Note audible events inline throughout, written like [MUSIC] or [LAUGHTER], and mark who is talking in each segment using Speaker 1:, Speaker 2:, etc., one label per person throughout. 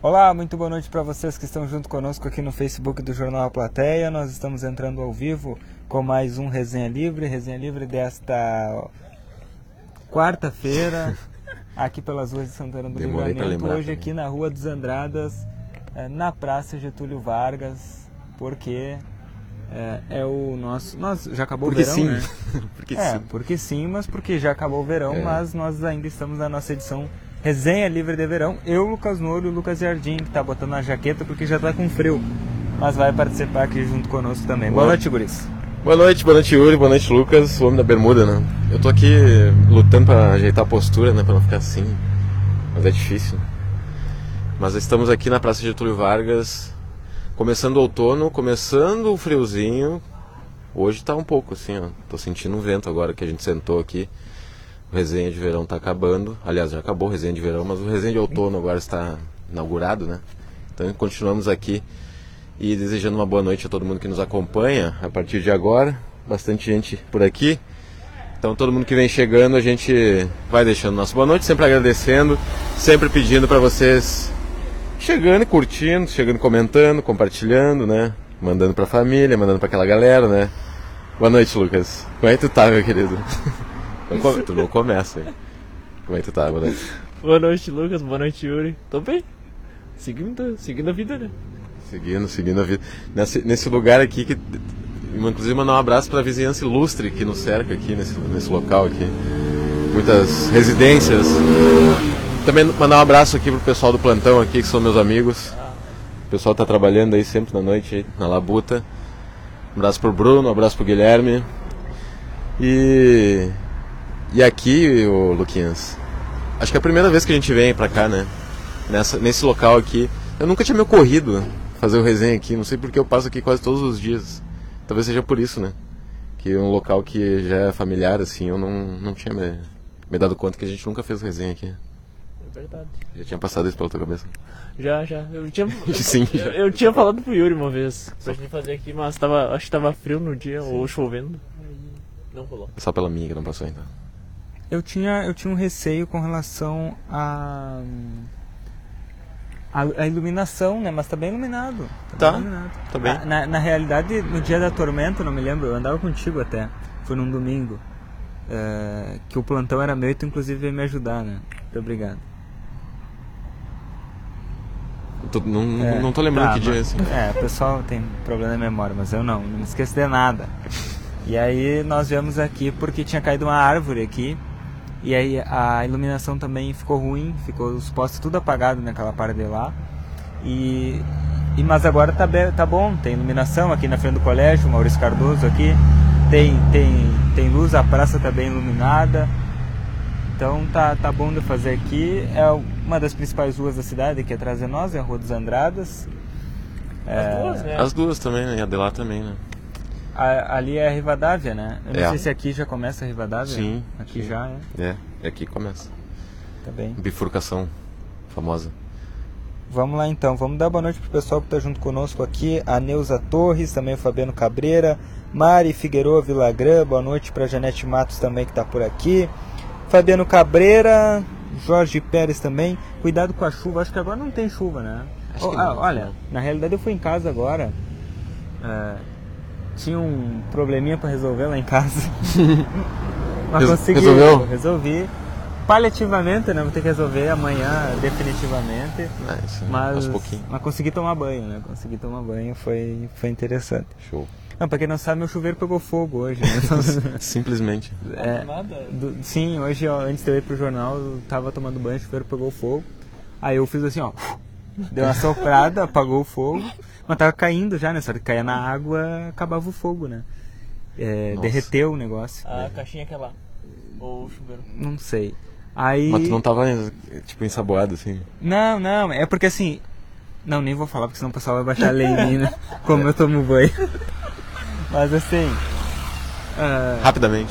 Speaker 1: Olá, muito boa noite para vocês que estão junto conosco aqui no Facebook do Jornal A Plateia. Nós estamos entrando ao vivo com mais um Resenha Livre, Resenha Livre desta
Speaker 2: [LAUGHS]
Speaker 1: quarta-feira, aqui pelas ruas de Santana do
Speaker 2: Demorei
Speaker 1: Livramento,
Speaker 2: pra lembrar
Speaker 1: hoje
Speaker 2: também.
Speaker 1: aqui na Rua dos Andradas, eh, na Praça Getúlio Vargas, porque eh, é, o nosso... Nós, já acabou
Speaker 2: Porque
Speaker 1: o verão,
Speaker 2: sim.
Speaker 1: né?
Speaker 2: [LAUGHS] Porque
Speaker 1: é,
Speaker 2: sim.
Speaker 1: porque sim, mas porque já acabou o verão,
Speaker 2: É.
Speaker 1: mas nós ainda estamos na nossa edição Resenha Livre de Verão. Eu, Lucas Nouro e o Lucas Jardim, que tá botando a jaqueta porque já tá com frio. Mas vai participar aqui junto conosco também. Boa
Speaker 2: Boa.
Speaker 1: noite, guris.
Speaker 2: Boa noite, boa noite Yuri, boa noite Lucas, o homem da bermuda, né? Eu tô aqui lutando pra ajeitar a postura, né, pra não ficar assim, mas é difícil. né? Mas estamos aqui na Praça Getúlio Vargas, começando o outono, começando o friozinho. Hoje tá um pouco assim, ó, tô sentindo um vento agora que a gente sentou aqui. O resenha de verão tá acabando, aliás, já acabou o resenha de verão, mas o resenha de outono agora está inaugurado, né? Então continuamos aqui e desejando uma boa noite a todo mundo que nos acompanha a partir de agora. Bastante gente por aqui. Então todo mundo que vem chegando, a gente vai deixando nossa boa noite, sempre agradecendo, sempre pedindo para vocês chegando e curtindo, chegando e comentando, compartilhando, né? Mandando pra família, mandando pra aquela galera, né? Boa noite, Lucas. Como é que tu tá, meu querido? [LAUGHS] Não come- tu não começa, hein? Como é que tu tá, boa noite?
Speaker 3: Boa noite, Lucas. Boa noite, Yuri. Tô bem. Seguindo, seguindo a vida, né?
Speaker 2: Seguindo, seguindo a vida. Nesse, nesse lugar aqui que. Inclusive mandar um abraço para a vizinhança ilustre que nos cerca aqui nesse, nesse local aqui. Muitas residências. Também mandar um abraço aqui pro pessoal do plantão aqui, que são meus amigos. O pessoal tá trabalhando aí sempre na noite, aí, na labuta. Um abraço pro Bruno, um abraço pro Guilherme. E. E aqui, o Luquinhas. Acho que é a primeira vez que a gente vem pra cá, né? Nessa, nesse local aqui. Eu nunca tinha me ocorrido fazer o resenha aqui, não sei porque eu passo aqui quase todos os dias. Talvez seja por isso, né? Que é um local que já é familiar, assim, eu não, não tinha me, me dado conta que a gente nunca fez resenha aqui.
Speaker 3: É verdade.
Speaker 2: Já tinha passado isso pela tua cabeça.
Speaker 3: Já, já. Eu tinha,
Speaker 2: [LAUGHS] Sim, já.
Speaker 3: eu, eu tinha falado pro Yuri uma vez pra gente fazer aqui, mas tava, acho que tava frio no dia ou chovendo. Não rolou.
Speaker 2: Só pela minha que não passou então. ainda.
Speaker 1: Eu tinha, eu tinha um receio com relação à a, iluminação, né? Mas tá bem iluminado.
Speaker 2: Tá,
Speaker 1: bem iluminado.
Speaker 2: tá bem.
Speaker 1: Ah, Na, na realidade, no dia da tormenta, não me lembro, eu andava contigo até. Foi num domingo. eh, que o plantão era meu e tu inclusive veio me ajudar, né? Muito obrigado.
Speaker 2: Tô- não, não-
Speaker 1: É,
Speaker 2: não tô lembrando
Speaker 1: tá,
Speaker 2: que dia é
Speaker 1: mas-
Speaker 2: assim.
Speaker 1: É, o pessoal tem problema de memória, mas eu não, não me esqueço de nada. E aí nós viemos aqui porque tinha caído uma árvore aqui. E aí a iluminação também ficou ruim, ficou os postes tudo apagado naquela parede lá. E, e mas agora tá, be- tá bom, tem iluminação aqui na frente do colégio, Maurício Cardoso aqui. Tem tem tem luz, a praça tá bem iluminada. Então tá, tá bom de fazer aqui. É uma das principais ruas da cidade, aqui atrás de nós, é a Rua dos Andradas. É,
Speaker 3: As duas, né?
Speaker 2: As duas também, né? E a de lá também, né?
Speaker 1: A- ali é a Rivadavia, né? Eu não
Speaker 2: É.
Speaker 1: sei se aqui já começa a Rivadavia.
Speaker 2: Sim,
Speaker 1: Aqui
Speaker 2: sim.
Speaker 1: já, é.
Speaker 2: É, e aqui começa.
Speaker 1: Tá bem.
Speaker 2: Bifurcação famosa.
Speaker 1: Vamos lá então, vamos dar boa noite pro pessoal que tá junto conosco aqui, a Neuza Torres, também o Fabiano Cabreira, Mari Figueroa Vilagrã, boa noite pra Janete Matos também que tá por aqui, Fabiano Cabreira, Jorge Pérez também, cuidado com a chuva, acho que agora não tem chuva, né?
Speaker 2: Acho
Speaker 1: Oh,
Speaker 2: que
Speaker 1: ah,
Speaker 2: não.
Speaker 1: olha, na realidade eu fui em casa agora, é, tinha um probleminha pra resolver lá em
Speaker 2: [LAUGHS]
Speaker 1: casa, mas
Speaker 2: Res-
Speaker 1: consegui,
Speaker 2: resolveu?
Speaker 1: resolvi, paliativamente, né, vou ter que resolver amanhã definitivamente,
Speaker 2: Ah, isso,
Speaker 1: mas,
Speaker 2: Aos pouquinhos.
Speaker 1: mas consegui tomar banho, né? Consegui tomar banho, foi, foi interessante.
Speaker 2: Show.
Speaker 1: Não, pra quem não sabe, meu chuveiro pegou fogo hoje, né? Então,
Speaker 2: [LAUGHS] Simplesmente.
Speaker 1: é,
Speaker 3: Nada.
Speaker 1: do- sim, hoje, ó, antes de eu ir pro jornal, eu tava tomando banho, o chuveiro pegou fogo. Aí eu fiz assim, ó. Deu uma soprada, [LAUGHS] apagou o fogo. Mas tava caindo já, né? Só que caía na água, acabava o fogo, né? É,
Speaker 2: Nossa.
Speaker 1: derreteu o negócio.
Speaker 3: A caixinha aquela. Ou o chuveiro.
Speaker 1: Não sei. Aí.
Speaker 2: Mas tu não tava, tipo, ensaboado assim.
Speaker 1: Não, não, é porque assim. Não, nem vou falar porque senão o pessoal vai baixar a lei em mim, né? Como eu tomo
Speaker 2: [LAUGHS]
Speaker 1: banho. Mas assim. ah,
Speaker 2: Rapidamente.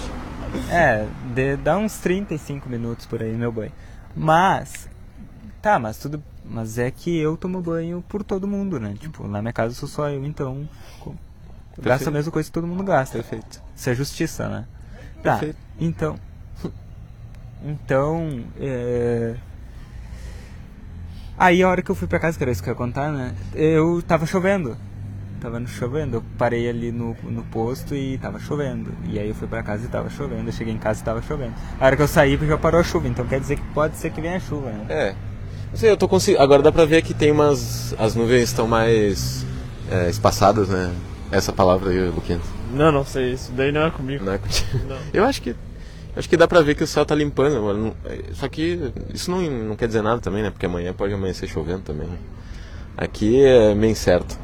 Speaker 1: é, de- dá uns 35 minutos por aí meu banho. Mas. Tá, mas tudo. Mas é que eu tomo banho por todo mundo, né? Tipo, na minha casa sou só eu, então. co- Gasta a
Speaker 2: Perfeito.
Speaker 1: mesma coisa que todo mundo gasta.
Speaker 2: Perfeito.
Speaker 1: Isso é justiça, né? Tá,
Speaker 2: Perfeito.
Speaker 1: então. Então. É... Aí a hora que eu fui pra casa, que era isso que eu ia contar, né? Eu tava chovendo. Tava no- chovendo. Eu parei ali no, no posto e tava chovendo. E aí eu fui pra casa e tava chovendo. Eu cheguei em casa e tava chovendo. A hora que eu saí já parou a chuva, então quer dizer que pode ser que venha a chuva, né?
Speaker 2: É. Não sei, eu tô conseguindo. Agora dá pra ver que tem umas. As nuvens estão mais. é, espaçadas, né? Essa palavra aí, Luquinhas.
Speaker 3: Não, não sei, isso daí não é comigo.
Speaker 2: Não é contigo.
Speaker 3: Não.
Speaker 2: [LAUGHS] Eu acho que. Acho que dá pra ver que o céu tá limpando agora. Não- é, Só que isso não, não quer dizer nada também, né? Porque amanhã pode amanhecer chovendo também. né? Aqui é meio incerto.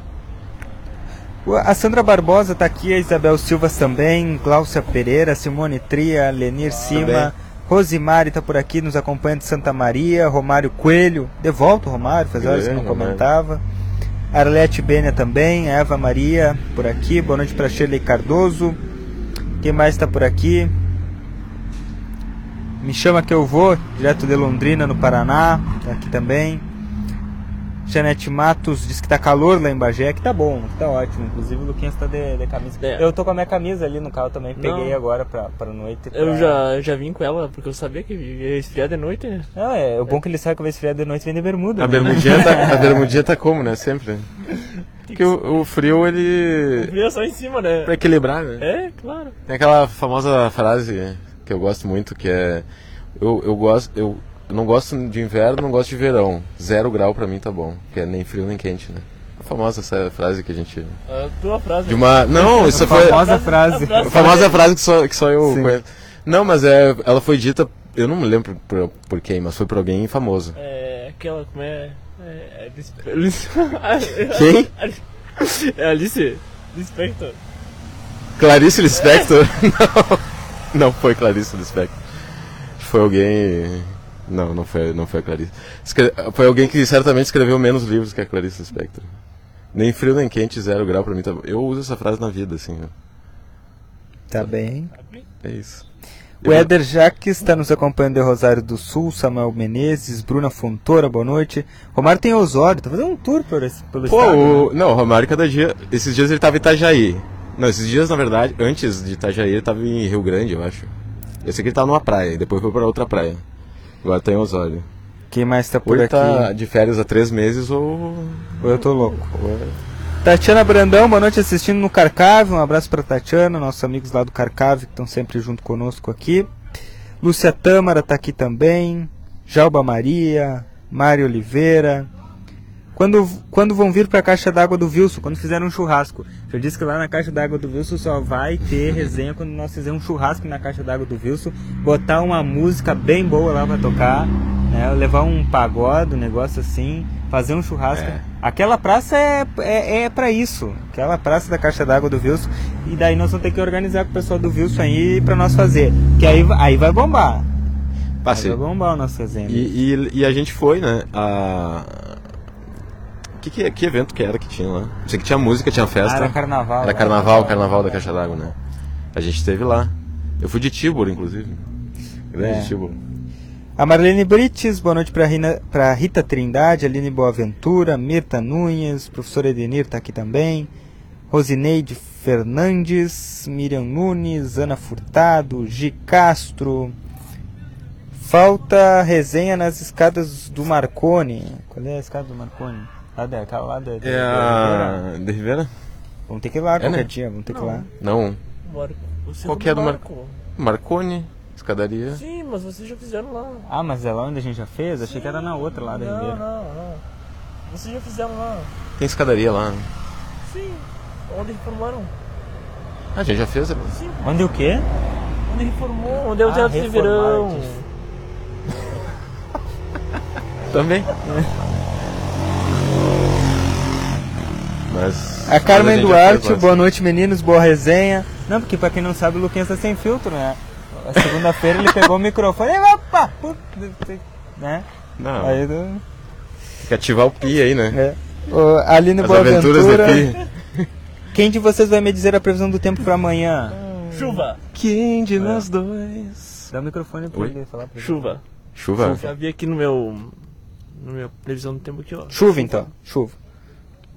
Speaker 1: Ué, A Sandra Barbosa tá aqui, a Isabel Silvas também, Gláucia Pereira, Simone Tria, Lenir Cima,
Speaker 2: Também.
Speaker 1: Rosimari tá por aqui, nos acompanha de Santa Maria, Romário Coelho, de volta o Romário, faz horas que não
Speaker 2: Grande Romário.
Speaker 1: comentava. Arlete Benia também, Eva Maria por aqui, boa noite pra Shirley Cardoso. Quem mais tá por aqui? Me chama que eu vou, direto de Londrina, no Paraná, tá aqui também. Janete Matos diz que tá calor lá em Bagé, que tá bom, que tá ótimo. Inclusive o Luquinhas tá de, de camisa.
Speaker 3: É.
Speaker 1: Eu tô com a minha camisa ali no carro também, peguei
Speaker 3: Não.
Speaker 1: agora pra, pra noite. pra-
Speaker 3: Eu já, já vim com ela, porque eu sabia que ia esfriar de noite, né?
Speaker 1: Não, é, o bom que ele sabe que vai esfriar de noite vem de bermuda.
Speaker 2: A
Speaker 1: né?
Speaker 2: bermudinha tá, a bermudinha tá como, né? Sempre. Porque o, o frio, ele.
Speaker 3: Esfria só em cima, né?
Speaker 2: Pra equilibrar, né?
Speaker 3: É, claro.
Speaker 2: Tem aquela famosa frase que eu gosto muito, que é eu, eu gosto eu não gosto de inverno, não gosto de verão. Zero grau pra mim tá bom, que é nem frio nem quente, né? A famosa essa frase que a gente
Speaker 3: A tua frase.
Speaker 2: de uma não, isso
Speaker 1: Foi
Speaker 2: foi
Speaker 1: a famosa frase.
Speaker 3: [LAUGHS] frase.
Speaker 2: a famosa frase que só que só eu
Speaker 1: Sim.
Speaker 2: conheço. Não, mas é ela foi dita, eu não me lembro por, por quem, mas foi por alguém famoso.
Speaker 3: É aquela, como é. É. Alice. [LAUGHS] Alice.
Speaker 2: Quem?
Speaker 3: É Alice. Lispector.
Speaker 2: Clarice Lispector? [LAUGHS] Não, não foi Clarice Lispector. Foi alguém. Não, não foi, não foi a Clarice. Escre- Foi alguém que certamente escreveu menos livros que a Clarice Lispector. Nem frio nem quente, zero grau pra mim tá bom. Eu uso essa frase na vida, assim. ó.
Speaker 1: Tá bem.
Speaker 2: É isso.
Speaker 1: O Éder Jaques está nos acompanhando de Rosário do Sul, Samuel Menezes, Bruna Fontoura, boa noite. Romário tem Osório, tá fazendo um tour por esse, pelo
Speaker 2: Pô,
Speaker 1: estado. né?
Speaker 2: o... não, o Romário cada dia. Esses dias ele tava em Itajaí. Não, esses dias, na verdade, antes de Itajaí, ele tava em Rio Grande, eu acho. Eu sei que ele tava numa praia, e depois foi pra outra praia. Agora tá em Osório.
Speaker 1: Quem mais tá
Speaker 2: Ou
Speaker 1: por
Speaker 2: ele
Speaker 1: aqui?
Speaker 2: tá de férias há três meses ou
Speaker 1: Ou é- eu tô louco. Tatiana Brandão, boa noite assistindo no Carcave. Um abraço pra Tatiana, nossos amigos lá do Carcave que estão sempre junto conosco aqui. Lúcia Tâmara tá aqui também. Jalba Maria, Mário Oliveira. Quando, quando vão vir pra Caixa d'Água do Wilson? Quando fizeram um churrasco. Eu disse que lá na Caixa d'Água do Wilson só vai ter resenha quando nós fizermos um churrasco na Caixa d'Água do Wilson. Botar uma música bem boa lá pra tocar. Né? Levar um pagode, um negócio assim. Fazer um churrasco.
Speaker 2: É.
Speaker 1: Aquela praça é, é, é para isso. Aquela praça da Caixa d'Água do Wilson. E daí nós vamos ter que organizar com o pessoal do Wilson aí pra nós fazer. Que aí, aí vai bombar. Aí
Speaker 2: Passei.
Speaker 1: vai bombar o nosso resenha.
Speaker 2: Ah, E, e, e a gente foi, né? A... Que, que, que evento que era que tinha lá? Eu Sei que tinha música, tinha festa.
Speaker 1: Ah, era carnaval,
Speaker 2: Era
Speaker 1: né?
Speaker 2: carnaval, carnaval da Caixa d'Água, né? A gente esteve lá. Eu fui de Tibor, inclusive. Grande
Speaker 1: É.
Speaker 2: Tibor.
Speaker 1: A Marlene Brites, boa noite para Rita Trindade, Aline Boaventura, Mirta Nunes, professor Edenir está aqui também, Rosineide Fernandes, Miriam Nunes, Ana Furtado, Gi Castro. Falta resenha nas escadas do Marconi. Qual é a escada do Marconi? Ah, da- aquela lá da. da-
Speaker 2: É
Speaker 1: da-
Speaker 2: a. De Rivera?
Speaker 1: Vamos ter que ir lá qualquer
Speaker 2: né?
Speaker 1: dia, vamos ter que ir lá.
Speaker 2: Não.
Speaker 3: Marco. O
Speaker 2: Qual que
Speaker 3: segundo
Speaker 2: é do Marco? Marconi, escadaria.
Speaker 3: Sim, mas vocês já fizeram lá.
Speaker 1: Ah, mas é lá onde a gente já fez? Achei que era na outra lá né? da
Speaker 3: Não,
Speaker 1: Ribeira.
Speaker 3: não, não. Vocês já fizeram lá.
Speaker 2: Tem escadaria lá. né?
Speaker 3: Sim. Onde reformaram?
Speaker 2: Ah, a gente já fez.
Speaker 3: Sim.
Speaker 1: Onde o quê?
Speaker 3: Onde reformou? Onde é o
Speaker 1: Ah,
Speaker 3: teatro de
Speaker 1: reformar,
Speaker 3: verão?
Speaker 1: artista.
Speaker 2: Também.
Speaker 1: A
Speaker 2: Mas. mas
Speaker 1: É Carmen
Speaker 2: gente já fez
Speaker 1: Duarte,
Speaker 2: lá,
Speaker 1: boa
Speaker 2: sim.
Speaker 1: noite meninos, boa resenha. Não, porque pra quem não sabe, o Luquinhas tá sem filtro, né? A Segunda-feira ele pegou o microfone e opa! put- Né?
Speaker 2: Não.
Speaker 1: Aí, do-
Speaker 2: Tem que ativar o pi aí, né?
Speaker 1: é. Ô, Aline
Speaker 2: As aventuras
Speaker 1: Boaventura.
Speaker 2: do pi.
Speaker 1: Quem de vocês vai me dizer a previsão do tempo pra amanhã?
Speaker 3: Chuva.
Speaker 2: Quem de nós dois?
Speaker 1: Dá o microfone pra
Speaker 2: Oi?
Speaker 1: ele falar pra ele.
Speaker 3: Chuva.
Speaker 2: Chuva?
Speaker 3: Já vi aqui no meu. No meu previsão do tempo aqui, ó.
Speaker 1: Chuva então, chuva.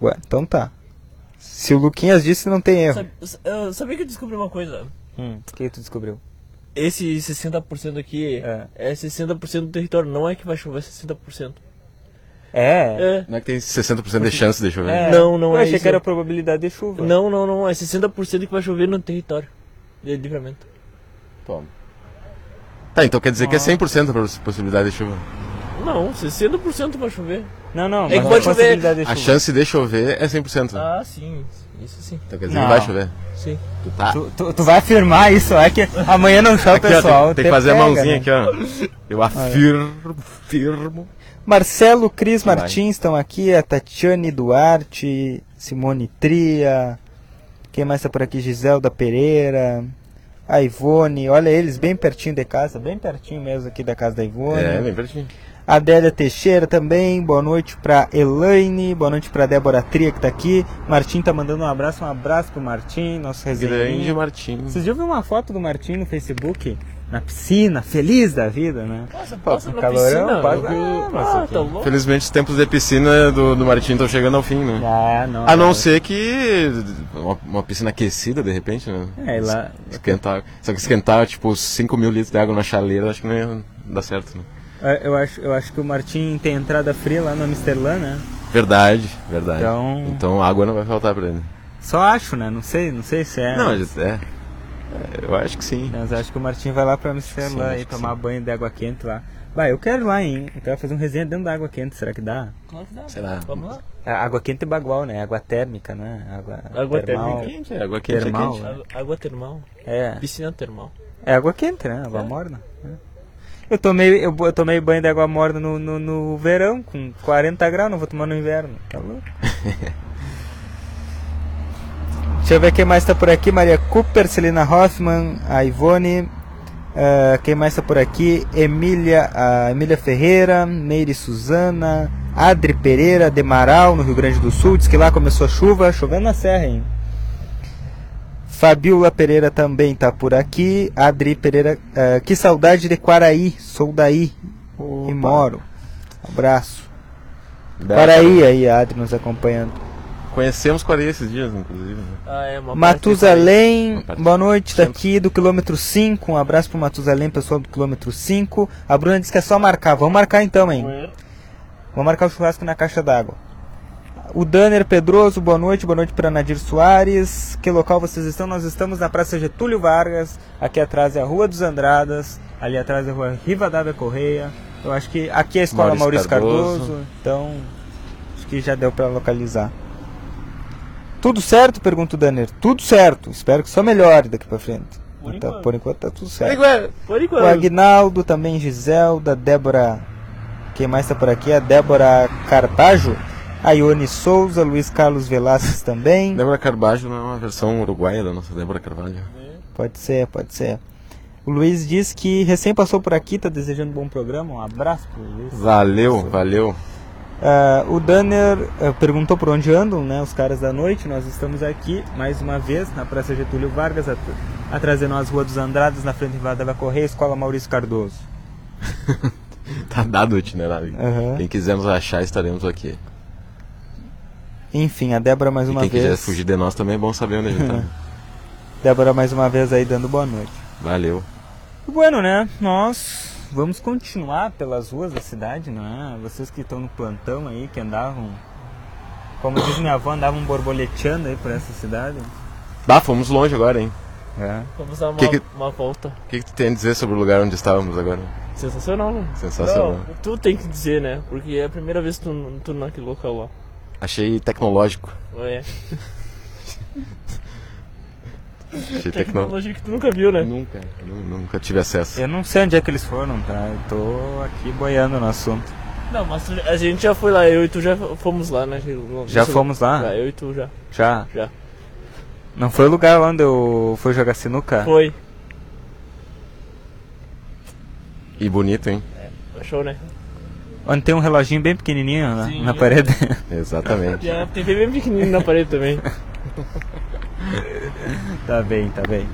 Speaker 1: Ué, então tá. Se o Luquinhas disse, não tem erro.
Speaker 3: Sabe- eu- sabia que eu descobri uma coisa?
Speaker 1: Hum, o que tu descobriu?
Speaker 3: Esse 60% aqui
Speaker 1: É.
Speaker 3: é, 60% do território, não é que vai chover 60%.
Speaker 1: É.
Speaker 3: É.
Speaker 2: Não é que tem 60% de chance de chover.
Speaker 1: É.
Speaker 3: Não, não
Speaker 1: Eu
Speaker 3: é
Speaker 1: achei
Speaker 3: isso.
Speaker 1: que era a probabilidade de chuva.
Speaker 3: Não, não, não. É 60% que vai chover no território de livramento.
Speaker 2: Toma. Tá, então quer dizer
Speaker 1: Ah.
Speaker 2: que é 100% a poss- possibilidade de chuva.
Speaker 3: Não, 60% vai chover.
Speaker 1: Não, não.
Speaker 3: É que
Speaker 1: mas
Speaker 3: pode
Speaker 1: a
Speaker 3: chover.
Speaker 1: possibilidade
Speaker 2: A
Speaker 1: de chuva.
Speaker 2: chance de chover é 100%.
Speaker 1: Tá.
Speaker 3: Ah, sim. Isso sim.
Speaker 2: Então quer dizer
Speaker 1: Não.
Speaker 2: que vai chover.
Speaker 3: Sim.
Speaker 2: Tu tá.
Speaker 1: Tu, tu, tu vai afirmar isso, é que amanhã não chove,
Speaker 2: Aqui, ó,
Speaker 1: pessoal.
Speaker 2: tem, tem
Speaker 1: te
Speaker 2: que fazer
Speaker 1: pega,
Speaker 2: a mãozinha
Speaker 1: né?
Speaker 2: aqui, ó. Eu afirmo, firmo.
Speaker 1: Marcelo Cris
Speaker 2: Vai.
Speaker 1: Martins estão aqui, a Tatiane Duarte, Simone Tria, quem mais tá por aqui? Giselda Pereira, a Ivone, olha eles bem pertinho de casa, bem pertinho mesmo aqui da casa da Ivone.
Speaker 2: É, bem pertinho.
Speaker 1: Adélia Teixeira também, boa noite pra Elaine, boa noite pra Débora Tria que tá aqui. Martim tá mandando um abraço, um abraço pro Martim, nosso
Speaker 2: Grande
Speaker 1: resenha.
Speaker 2: Martim.
Speaker 1: Vocês já viram uma foto do Martim no Facebook? Na piscina, feliz da vida, né?
Speaker 3: Nossa,
Speaker 1: passa na calorão, piscina, passa-
Speaker 3: Ah,
Speaker 1: ah, passa aqui.
Speaker 3: tá louco.
Speaker 2: Felizmente os tempos de piscina do, do Martim estão chegando ao fim, né?
Speaker 1: Ah, não.
Speaker 2: A não ser que uma, uma piscina aquecida, de repente, né?
Speaker 1: É, e lá-
Speaker 2: Esquentar. Só que esquentar, tipo, 5 mil litros de água na chaleira, acho que não ia dar certo, né?
Speaker 1: É, Eu acho, eu acho que o Martim tem entrada fria lá no Amsterdã, né?
Speaker 2: Verdade, verdade.
Speaker 1: Então-
Speaker 2: Então água não vai faltar pra ele.
Speaker 1: Só acho, né? Não sei, não sei se é.
Speaker 2: Não, é, é. Eu acho que sim.
Speaker 1: Mas acho que o Martim vai lá pra
Speaker 2: Sim,
Speaker 1: Amsterdã
Speaker 2: acho
Speaker 1: e
Speaker 2: que
Speaker 1: tomar banho de água quente lá. Vai, eu quero ir lá, hein? Eu quero fazer um resenha dentro da água quente, será que dá?
Speaker 3: Claro que dá.
Speaker 2: Sei lá.
Speaker 3: Vamos lá.
Speaker 1: É, água quente é bagual, né? Água térmica, né? Água,
Speaker 3: Água
Speaker 1: termal.
Speaker 3: térmica.
Speaker 2: Quente, é, água quente é
Speaker 1: Termal,
Speaker 2: quente.
Speaker 1: né?
Speaker 3: Água, água termal.
Speaker 1: É.
Speaker 3: Piscina termal.
Speaker 1: É água quente, né? Água morna. né? Eu tomei, eu, bo- eu tomei banho de água morna no, no, no verão, com 40 graus, não vou tomar no inverno. Tá louco? Deixa eu ver quem mais tá por aqui. Maria Cooper, Celina Hoffman, a Ivone. ah, quem mais tá por aqui? Emília, a Emília Ferreira, Meire Suzana, Adri Pereira, Demaral, no Rio Grande do Sul. Diz que lá começou a chuva, chovendo na serra, hein? Fabiola Pereira também tá por aqui. Adri Pereira, eh, que saudade de Quaraí, sou daí e moro. Abraço. Quaraí é. aí, a Adri nos acompanhando.
Speaker 2: Conhecemos Quaraí esses dias, inclusive. né?
Speaker 3: Ah, é uma
Speaker 1: Matusalém,
Speaker 2: Uma parte-
Speaker 1: boa noite daqui do quilômetro 5. Um abraço pro Matusalém, pessoal do quilômetro 5. A Bruna disse que é só marcar. Vamos marcar então, hein? Vou marcar o churrasco na caixa d'água. O Danner Pedroso, boa noite, boa noite para Nadir Soares. Que local vocês estão? Nós estamos na Praça Getúlio Vargas. Aqui atrás é a Rua dos Andradas. Ali atrás é a Rua Rivadavia Correia. Eu acho que aqui é a Escola Maurício,
Speaker 2: Maurício
Speaker 1: Cardoso.
Speaker 2: Cardoso.
Speaker 1: Então, acho que já deu para localizar. Tudo certo? Pergunta o Danner. Tudo certo. Espero que só melhore daqui para frente.
Speaker 3: Por
Speaker 1: Então,
Speaker 3: enquanto.
Speaker 1: por enquanto tá tudo certo.
Speaker 3: Por
Speaker 1: O
Speaker 3: enquanto.
Speaker 1: Agnaldo, também Giselda, Débora. Quem mais tá por aqui? A Débora Cartajo, a Ione Souza, Luiz Carlos Velasquez também.
Speaker 2: Débora Carvalho não é uma versão uruguaia da nossa Débora Carvalho.
Speaker 1: Pode ser, pode ser. O Luiz diz que recém passou por aqui, tá desejando um bom programa. Um abraço pro Luiz.
Speaker 2: Valeu, valeu.
Speaker 1: Ah, o Danner eh, perguntou por onde andam, né? Os caras da noite. Nós estamos aqui mais uma vez na Praça Getúlio Vargas, at- atrás de nós, Rua dos Andradas, na frente da Vada Correia, Escola Maurício Cardoso.
Speaker 2: Tá dado o itinerário.
Speaker 1: Aham.
Speaker 2: Quem quiser nos achar, estaremos aqui.
Speaker 1: Enfim, a Débora mais
Speaker 2: E
Speaker 1: uma
Speaker 2: quem
Speaker 1: vez.
Speaker 2: quiser fugir de nós também é bom saber onde a
Speaker 1: [LAUGHS]
Speaker 2: gente tá.
Speaker 1: Débora mais uma vez aí dando boa noite.
Speaker 2: Valeu.
Speaker 1: E Bueno, né? Nós vamos continuar pelas ruas da cidade, não é? Vocês que estão no plantão aí, que andavam. Como diz minha avó, andavam borboleteando aí por essa cidade.
Speaker 2: Bah, fomos longe agora, hein?
Speaker 1: É.
Speaker 3: Vamos dar uma,
Speaker 2: Que que-
Speaker 3: uma volta.
Speaker 2: O que, que tu tem a dizer sobre o lugar onde estávamos agora?
Speaker 3: Sensacional, né?
Speaker 2: Sensacional.
Speaker 3: Não, tu tem que dizer, né? Porque é a primeira vez que tu, tu naquele local lá.
Speaker 2: Achei tecnológico.
Speaker 3: É.
Speaker 2: Achei tecnológico.
Speaker 3: Tecnologia É que tu nunca viu, né?
Speaker 2: Nunca, nu- nunca tive acesso.
Speaker 1: Eu não sei onde é que eles foram, tá? Eu tô aqui boiando no assunto.
Speaker 3: Não, mas tu- a gente já foi lá, eu e tu já fomos lá, né? Aquele-
Speaker 1: Já
Speaker 3: nesse-
Speaker 1: fomos lá?
Speaker 3: Já, eu e tu já.
Speaker 1: Já?
Speaker 3: Já.
Speaker 1: Não foi o lugar onde eu fui jogar sinuca?
Speaker 3: Foi.
Speaker 2: E bonito, hein?
Speaker 3: Show, né?
Speaker 1: Onde tem um reloginho bem pequenininho na,
Speaker 3: Sim,
Speaker 1: na
Speaker 3: eu-
Speaker 1: parede. [LAUGHS]
Speaker 2: Exatamente.
Speaker 3: E a TV bem pequenininha na parede também.
Speaker 1: Tá bem, tá bem.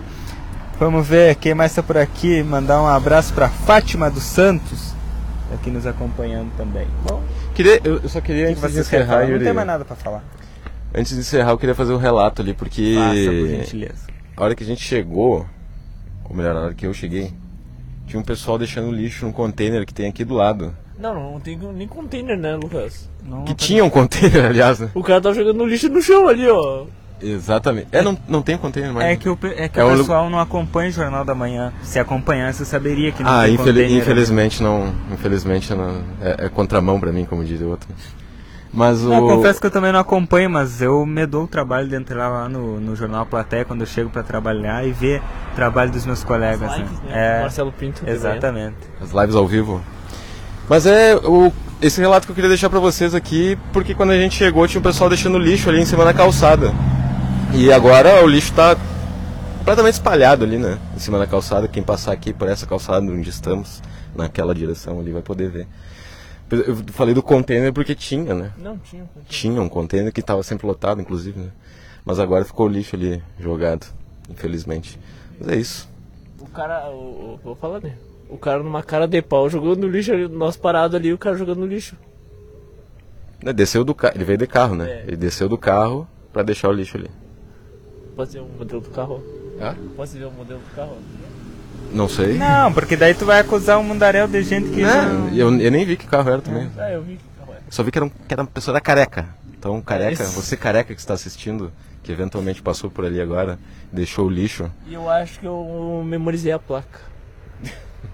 Speaker 1: Vamos ver quem mais tá por aqui. Mandar um abraço pra Fátima dos Santos, tá aqui nos acompanhando também. Bom,
Speaker 2: Queria, eu eu só queria
Speaker 1: o que
Speaker 2: antes de
Speaker 1: vocês querem
Speaker 2: encerrar,
Speaker 1: falar? Não
Speaker 2: Yuri.
Speaker 1: tem mais nada pra falar.
Speaker 2: Antes de encerrar, eu queria fazer um relato ali, porque
Speaker 1: Passa, por gentileza.
Speaker 2: a hora que a gente chegou, ou melhor, a hora que eu cheguei, tinha um pessoal deixando lixo num container que tem aqui do lado.
Speaker 3: Não, não tem nem container, né, Lucas?
Speaker 1: Não, tá
Speaker 2: Que tinha um container, [LAUGHS] aliás, né?
Speaker 3: O cara tava jogando lixo no chão ali, ó.
Speaker 2: Exatamente. É, não, não tem container mais.
Speaker 1: É que o, pe- é que
Speaker 2: É
Speaker 1: o
Speaker 2: um lu-
Speaker 1: pessoal não acompanha o Jornal da Manhã. Se acompanhasse, eu saberia que não
Speaker 2: Ah,
Speaker 1: tem
Speaker 2: infeli-
Speaker 1: container. né?
Speaker 2: infelizmente não. Infelizmente não. É, é contramão pra mim, como diz o outro. Mas o.
Speaker 1: Não, eu confesso que eu também não acompanho, mas eu me dou o trabalho de entrar lá no, no Jornal Plateia quando eu chego pra trabalhar e ver o trabalho dos meus colegas.
Speaker 3: Lives,
Speaker 1: né?
Speaker 3: né?
Speaker 1: É,
Speaker 3: Marcelo Pinto. de manhã.
Speaker 1: exatamente.
Speaker 2: As lives ao vivo. Mas é o, esse relato que eu queria deixar pra vocês aqui, porque quando a gente chegou tinha o pessoal deixando lixo ali em cima da calçada. E agora o lixo tá completamente espalhado ali, né? Em cima da calçada. Quem passar aqui por essa calçada onde estamos, naquela direção ali, vai poder ver. Eu falei do container porque tinha, né?
Speaker 3: Não, tinha. um container.
Speaker 2: Tinha um container que estava sempre lotado, inclusive, né? Mas agora ficou o lixo ali jogado, infelizmente. Mas é isso.
Speaker 3: O cara, o, o- vou falar, né? O cara numa cara de pau jogando no lixo ali, nós parado ali, o cara jogando no lixo.
Speaker 2: Né, Desceu do carro, ele veio de carro, né?
Speaker 3: É.
Speaker 2: Ele desceu do carro pra deixar o lixo ali.
Speaker 3: Pode ser o modelo do carro.
Speaker 2: Hã?
Speaker 3: Pode ser o modelo do carro.
Speaker 2: Não sei.
Speaker 1: Não, porque daí tu vai acusar o mundaréu de gente que.
Speaker 2: Né? Eu, eu nem vi que carro era também.
Speaker 3: Ah, eu vi que carro é.
Speaker 2: Só vi que era, um, que era uma pessoa da careca. Então, careca,
Speaker 3: isso.
Speaker 2: você careca que está assistindo, que eventualmente passou por ali agora, deixou o lixo.
Speaker 3: E eu acho que eu memorizei a placa.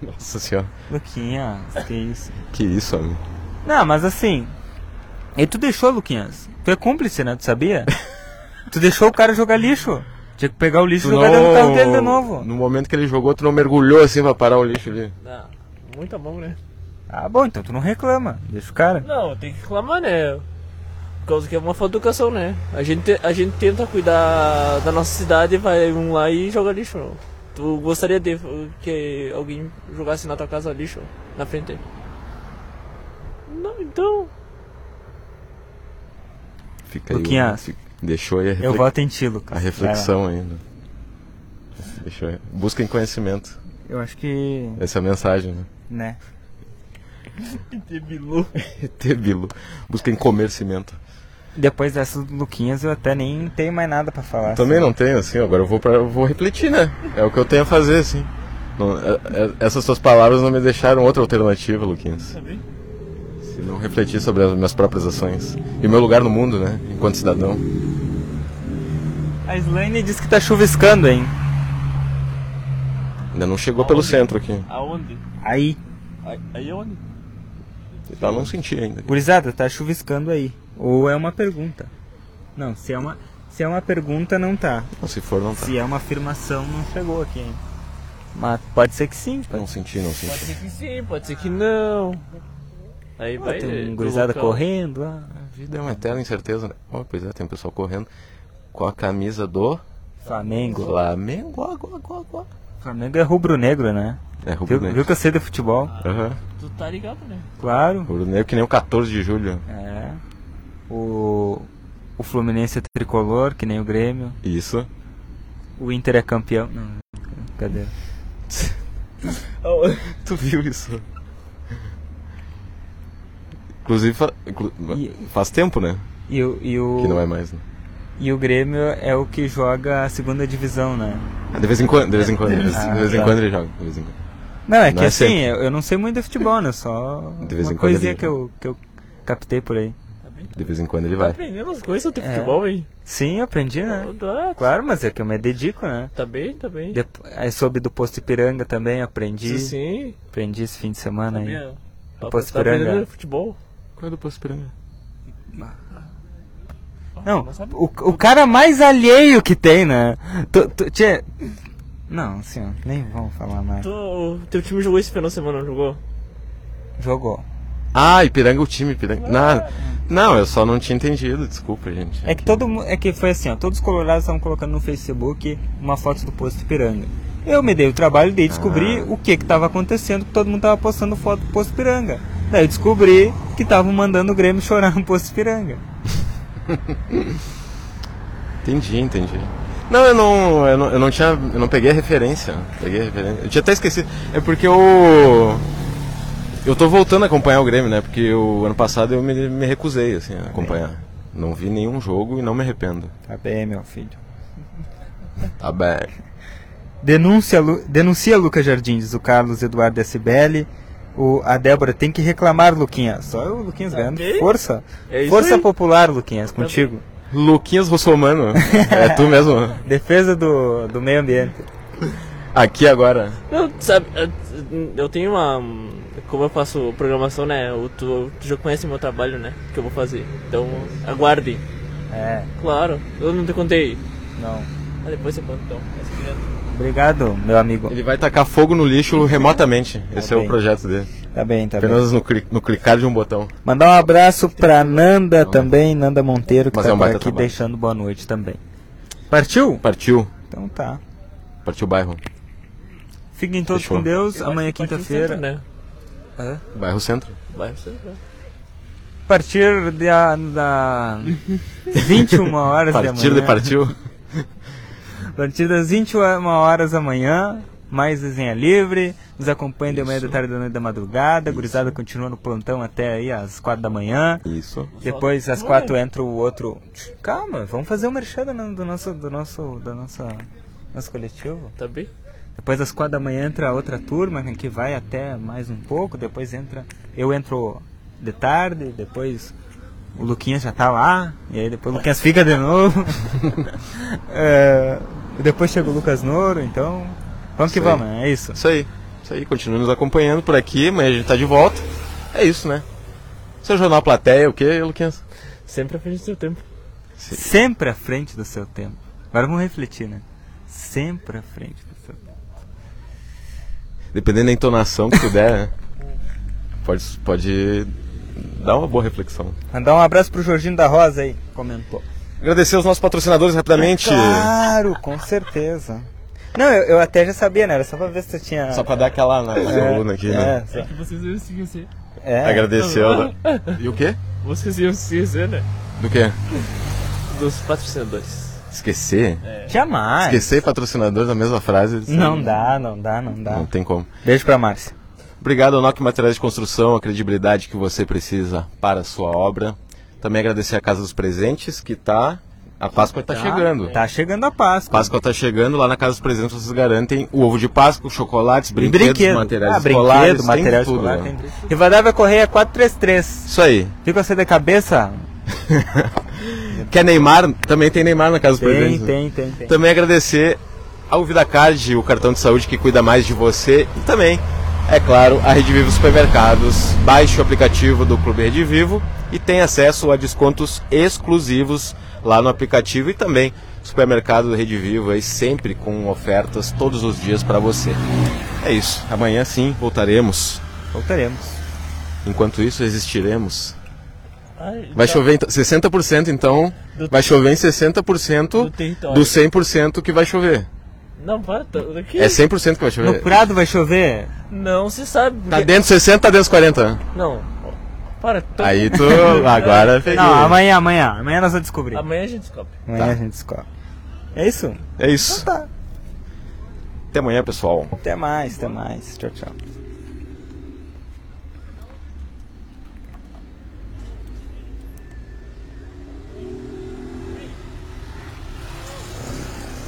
Speaker 2: Nossa senhora,
Speaker 1: Luquinhas, que isso.
Speaker 2: que isso, amigo.
Speaker 1: Não, mas assim. E tu deixou, Luquinhas? Tu é cúmplice, né? Tu
Speaker 2: [LAUGHS]
Speaker 1: sabia? tu deixou o cara jogar lixo. Tinha que pegar o lixo e jogar dentro do carro dele de novo.
Speaker 2: No momento que ele jogou, tu não mergulhou assim pra parar o lixo ali.
Speaker 3: Ah, muito bom, né?
Speaker 1: Ah, bom, então tu não reclama. Deixa o cara.
Speaker 3: Não, tem que reclamar, né? Por causa que é uma falta de educação, né? A gente, a gente tenta cuidar da nossa cidade, vai um lá e joga lixo. Tu gostaria de que alguém jogasse na tua casa lixo na frente? Não, então.
Speaker 2: Fica aí.
Speaker 1: Luquinhas.
Speaker 2: fica- Deixou aí a,
Speaker 1: Eu
Speaker 2: reflex-
Speaker 1: voto em ti, Lucas.
Speaker 2: a reflexão ainda. Deixou aí. Busquem conhecimento.
Speaker 1: Vai lá. Eu acho que.
Speaker 2: Essa é a mensagem, né? [LAUGHS]
Speaker 1: né?
Speaker 3: Debilou.
Speaker 2: Tebilo. Busquem comercimento.
Speaker 1: Depois dessa do Luquinhas eu até nem tenho mais nada pra falar.
Speaker 2: Também não tenho, assim, agora eu vou, pra, eu vou refletir, né? É o que eu tenho a fazer, assim. Não, é- é- essas suas palavras não me deixaram outra alternativa, Luquinhas. Se não refletir sobre as minhas próprias ações. E o meu lugar no mundo, né? Enquanto cidadão.
Speaker 1: A Slane disse que tá chuviscando, hein?
Speaker 2: Ainda não chegou pelo centro aqui.
Speaker 3: Aonde?
Speaker 1: Aí.
Speaker 3: Aí é onde?
Speaker 2: Tá, não senti ainda.
Speaker 1: Gurizada, tá chuviscando aí. Ou é uma pergunta. Não, se é uma, se é uma pergunta, não tá.
Speaker 2: Não, se for, não tá.
Speaker 1: Se é uma afirmação, não chegou aqui, hein? Mas pode ser que sim. Pode
Speaker 2: Não senti, não senti.
Speaker 3: Pode ser que sim, pode ser que não. Aí vai.
Speaker 1: Tem
Speaker 3: do
Speaker 1: um gurizada
Speaker 3: local.
Speaker 1: correndo ah, lá.
Speaker 2: A vida é uma eterna incerteza, né? Ó, pois é, tem um pessoal correndo com a camisa do
Speaker 1: Flamengo.
Speaker 2: Flamengo. Go, go, go, go.
Speaker 1: Flamengo é rubro-negro, né?
Speaker 2: É,
Speaker 1: Viu,
Speaker 2: rubro
Speaker 1: viu
Speaker 2: negro.
Speaker 1: que eu sei de futebol?
Speaker 2: Aham.
Speaker 3: Tu tá ligado, né?
Speaker 1: Claro.
Speaker 2: Rubro negro que nem o 14 de julho.
Speaker 1: É. O, o Fluminense é tricolor, que nem o Grêmio.
Speaker 2: Isso.
Speaker 1: O Inter é campeão. Não, cadê?
Speaker 2: Tu viu isso? Inclusive, fa- inclu-
Speaker 1: E-
Speaker 2: faz tempo, né?
Speaker 1: E o, e o,
Speaker 2: Que não é mais, né?
Speaker 1: e o Grêmio é o que joga a segunda divisão, né?
Speaker 2: Ah, de vez em quando, de vez em quando. De vez,
Speaker 1: Ah,
Speaker 2: de vez em
Speaker 1: tá.
Speaker 2: quando ele joga. De vez em quando.
Speaker 1: Não, é
Speaker 2: Não
Speaker 1: que
Speaker 2: é
Speaker 1: assim,
Speaker 2: sempre.
Speaker 1: eu, eu não sei muito de futebol, né? Só
Speaker 2: De vez
Speaker 1: uma
Speaker 2: em quando né?
Speaker 1: coisinha
Speaker 2: ele-
Speaker 1: que eu, que eu captei por aí.
Speaker 2: De vez em quando ele
Speaker 3: Tá
Speaker 2: vai.
Speaker 3: aprendendo as coisas do
Speaker 1: É.
Speaker 3: futebol, hein?
Speaker 1: Sim, eu aprendi, né?
Speaker 3: Ah,
Speaker 1: Claro, mas é que eu me dedico, né?
Speaker 3: Tá bem, tá bem.
Speaker 1: Dep aí soube do Posto Ipiranga também, aprendi.
Speaker 3: Isso sim.
Speaker 1: Aprendi esse fim de semana aí.
Speaker 3: Sabia?
Speaker 1: Posso
Speaker 3: Tá tá
Speaker 1: esperar,
Speaker 3: aprendendo
Speaker 1: né?
Speaker 3: futebol?
Speaker 2: Quando eu posso esperar?
Speaker 1: Não,
Speaker 3: Não sabe.
Speaker 1: o, o cara mais alheio que tem, né? Tu, tu, tchê... Não, assim, ó, nem vamos falar mais.
Speaker 3: Tu, teu time jogou esse final de semana, não jogou?
Speaker 1: Jogou.
Speaker 2: Ah, Ipiranga é o time, Ipiranga. Não, não, eu só não tinha entendido, desculpa, gente.
Speaker 1: É que todo mu- é que foi assim, ó, todos os colorados estavam colocando no Facebook uma foto do posto Ipiranga. Eu me dei o trabalho de descobrir o que que tava acontecendo, que todo mundo tava postando foto do posto Ipiranga. Daí eu descobri que estavam mandando o Grêmio [LAUGHS] chorar no posto Ipiranga.
Speaker 2: Entendi, entendi. Não, eu não, eu não, eu não tinha, eu não peguei a referência. Peguei a referência. Eu tinha até esquecido. É porque eu eu tô voltando a acompanhar o Grêmio, né? Porque o ano passado eu me, me recusei assim a acompanhar. Não vi nenhum jogo e não me arrependo.
Speaker 1: Tá bem, meu filho.
Speaker 2: Tá bem.
Speaker 1: Denuncia, Lu- denuncia Lucas Jardim, diz o Carlos Eduardo Sibeli. O, a Débora tem que reclamar, Luquinhas. Só o Luquinhas
Speaker 3: Tá
Speaker 1: ganhando.
Speaker 3: bem?
Speaker 1: Força.
Speaker 3: É isso
Speaker 1: Força
Speaker 3: aí. Tá
Speaker 1: popular, Luquinhas, contigo.
Speaker 2: Luquinhas Russomano. É tu mesmo.
Speaker 1: Defesa do, do meio ambiente.
Speaker 2: Aqui agora.
Speaker 3: Não, sabe, eu- eu tenho uma. Como eu faço programação, né? o- Tu, tu já conhece meu trabalho, né? Que eu vou fazer. Então, aguardem.
Speaker 1: É,
Speaker 3: Claro, eu não te contei.
Speaker 1: não.
Speaker 3: Ah, depois você conta então. É segredo.
Speaker 1: Obrigado, meu amigo.
Speaker 2: Ele vai tacar fogo no lixo remotamente. Esse é
Speaker 1: bem.
Speaker 2: o projeto dele.
Speaker 1: Tá bem, tá bem.
Speaker 2: Apenas no, cli- no clicar de um botão.
Speaker 1: Mandar um abraço pra Nanda também, Nanda Monteiro, que
Speaker 2: Mas
Speaker 1: tá
Speaker 2: é um
Speaker 1: por
Speaker 2: baita
Speaker 1: aqui
Speaker 2: trabalho.
Speaker 1: deixando boa noite também. Partiu?
Speaker 2: Partiu.
Speaker 1: Então tá.
Speaker 2: Partiu o bairro.
Speaker 1: Fiquem todos
Speaker 2: Fechou.
Speaker 1: com Deus.
Speaker 3: Eu
Speaker 1: Amanhã é
Speaker 3: acho que parte do
Speaker 1: quinta-feira.
Speaker 3: centro, Né?
Speaker 1: Hã?
Speaker 2: Bairro Centro.
Speaker 3: Vai, você vai.
Speaker 1: Partir da, [LAUGHS] da 21 horas da manhã.
Speaker 2: Partir
Speaker 1: [LAUGHS]
Speaker 2: de partiu.
Speaker 1: A partir das 21 horas da manhã, mais desenha livre. Nos acompanha de manhã, da tarde, da noite, da madrugada. A gurizada continua no plantão até aí às 4 da manhã.
Speaker 2: Isso.
Speaker 1: Depois, às
Speaker 3: Ué.
Speaker 1: 4 entra o outro. Calma, vamos fazer o merchan do do nosso, do nosso, da nossa, nosso coletivo.
Speaker 3: Tá bem?
Speaker 1: Depois, às 4 da manhã, entra a outra turma né, que vai até mais um pouco. Depois entra. Eu entro de tarde, depois. O Luquinhas já tá lá, e aí depois o Luquinhas fica de novo. [LAUGHS] É, depois chega o Lucas Nouro, então. Vamos que
Speaker 2: Isso aí.
Speaker 1: vamos, é isso.
Speaker 2: Isso aí. Isso aí. Continua nos acompanhando por aqui. Amanhã a gente tá de volta. É isso, né? Seu jornal plateia, o quê, Luquinhas?
Speaker 3: Sempre à frente do seu tempo.
Speaker 1: Sempre à frente do seu tempo. Agora vamos refletir, né? Sempre à frente do seu tempo.
Speaker 2: Dependendo da entonação que tu der, [LAUGHS] né? pode, pode dar uma boa reflexão.
Speaker 1: Mandar um abraço pro Jorginho da Rosa aí, comentou.
Speaker 2: Agradecer aos nossos patrocinadores rapidamente.
Speaker 1: Claro, com certeza. Não, eu, eu até já sabia, né? Era só pra ver se tu tinha.
Speaker 2: Só pra dar aquela na na coluna aqui, né?
Speaker 1: É, só-
Speaker 3: Vocês iam se esquecer.
Speaker 1: é.
Speaker 2: Agradecer. ao- E o quê?
Speaker 3: Vocês iam se esquecer, né?
Speaker 2: Do quê?
Speaker 3: Dos patrocinadores.
Speaker 2: Esquecer?
Speaker 1: Jamais.
Speaker 2: Esquecer patrocinador na mesma frase? isso
Speaker 1: Não dá, não dá, não dá.
Speaker 2: Não tem como.
Speaker 1: Beijo pra Márcia.
Speaker 2: Obrigado ao NOC Materiais de Construção, a credibilidade que você precisa para a sua obra. Também agradecer a Casa dos Presentes, que tá. A Páscoa tá chegando.
Speaker 1: Tá chegando a Páscoa.
Speaker 2: Páscoa tá chegando, lá na Casa dos Presentes vocês garantem o ovo de Páscoa, chocolates,
Speaker 1: Tem
Speaker 2: brinquedos, materiais
Speaker 1: ah,
Speaker 2: escolares,
Speaker 1: brinquedo,
Speaker 2: tem
Speaker 1: material
Speaker 2: tudo,
Speaker 1: escolar.
Speaker 2: né?
Speaker 1: Tem... brinquedo. Rivadavia Correia 433.
Speaker 2: Isso aí.
Speaker 1: Fica você da cabeça?
Speaker 2: Quer Neymar? Também tem Neymar na Casa dos
Speaker 1: Tem,
Speaker 2: Presentes. né?
Speaker 1: tem, tem, tem.
Speaker 2: Também agradecer ao VidaCard, o cartão de saúde que cuida mais de você. E também, é claro, a Rede Vivo Supermercados. Baixe o aplicativo do Clube Rede Vivo e tem acesso a descontos exclusivos lá no aplicativo e também supermercado do Rede Vivo aí sempre com ofertas todos os dias para você. É isso. Amanhã sim voltaremos.
Speaker 1: Voltaremos.
Speaker 2: Enquanto isso existiremos.
Speaker 3: Ai,
Speaker 2: Vai
Speaker 3: tá.
Speaker 2: chover então, 60% então, vai chover em 60%
Speaker 3: Do território.
Speaker 2: do 100% que vai chover.
Speaker 3: Não, para, tá, daqui.
Speaker 2: É 100% que vai
Speaker 1: No
Speaker 2: chover.
Speaker 1: Prado vai chover?
Speaker 3: Não se sabe.
Speaker 2: Tá
Speaker 3: porque-
Speaker 2: dentro 60, tá dentro 40.
Speaker 3: Não. Para, tá-
Speaker 2: Aí tu. Agora peguei.
Speaker 1: Não, amanhã, amanhã. Amanhã nós vamos
Speaker 2: Tá
Speaker 1: descobrir.
Speaker 3: Amanhã a gente descobre.
Speaker 1: Amanhã a gente descobre. É isso?
Speaker 2: É isso.
Speaker 1: Então tá.
Speaker 2: Até amanhã, pessoal.
Speaker 1: Até mais, até mais. Tchau, tchau.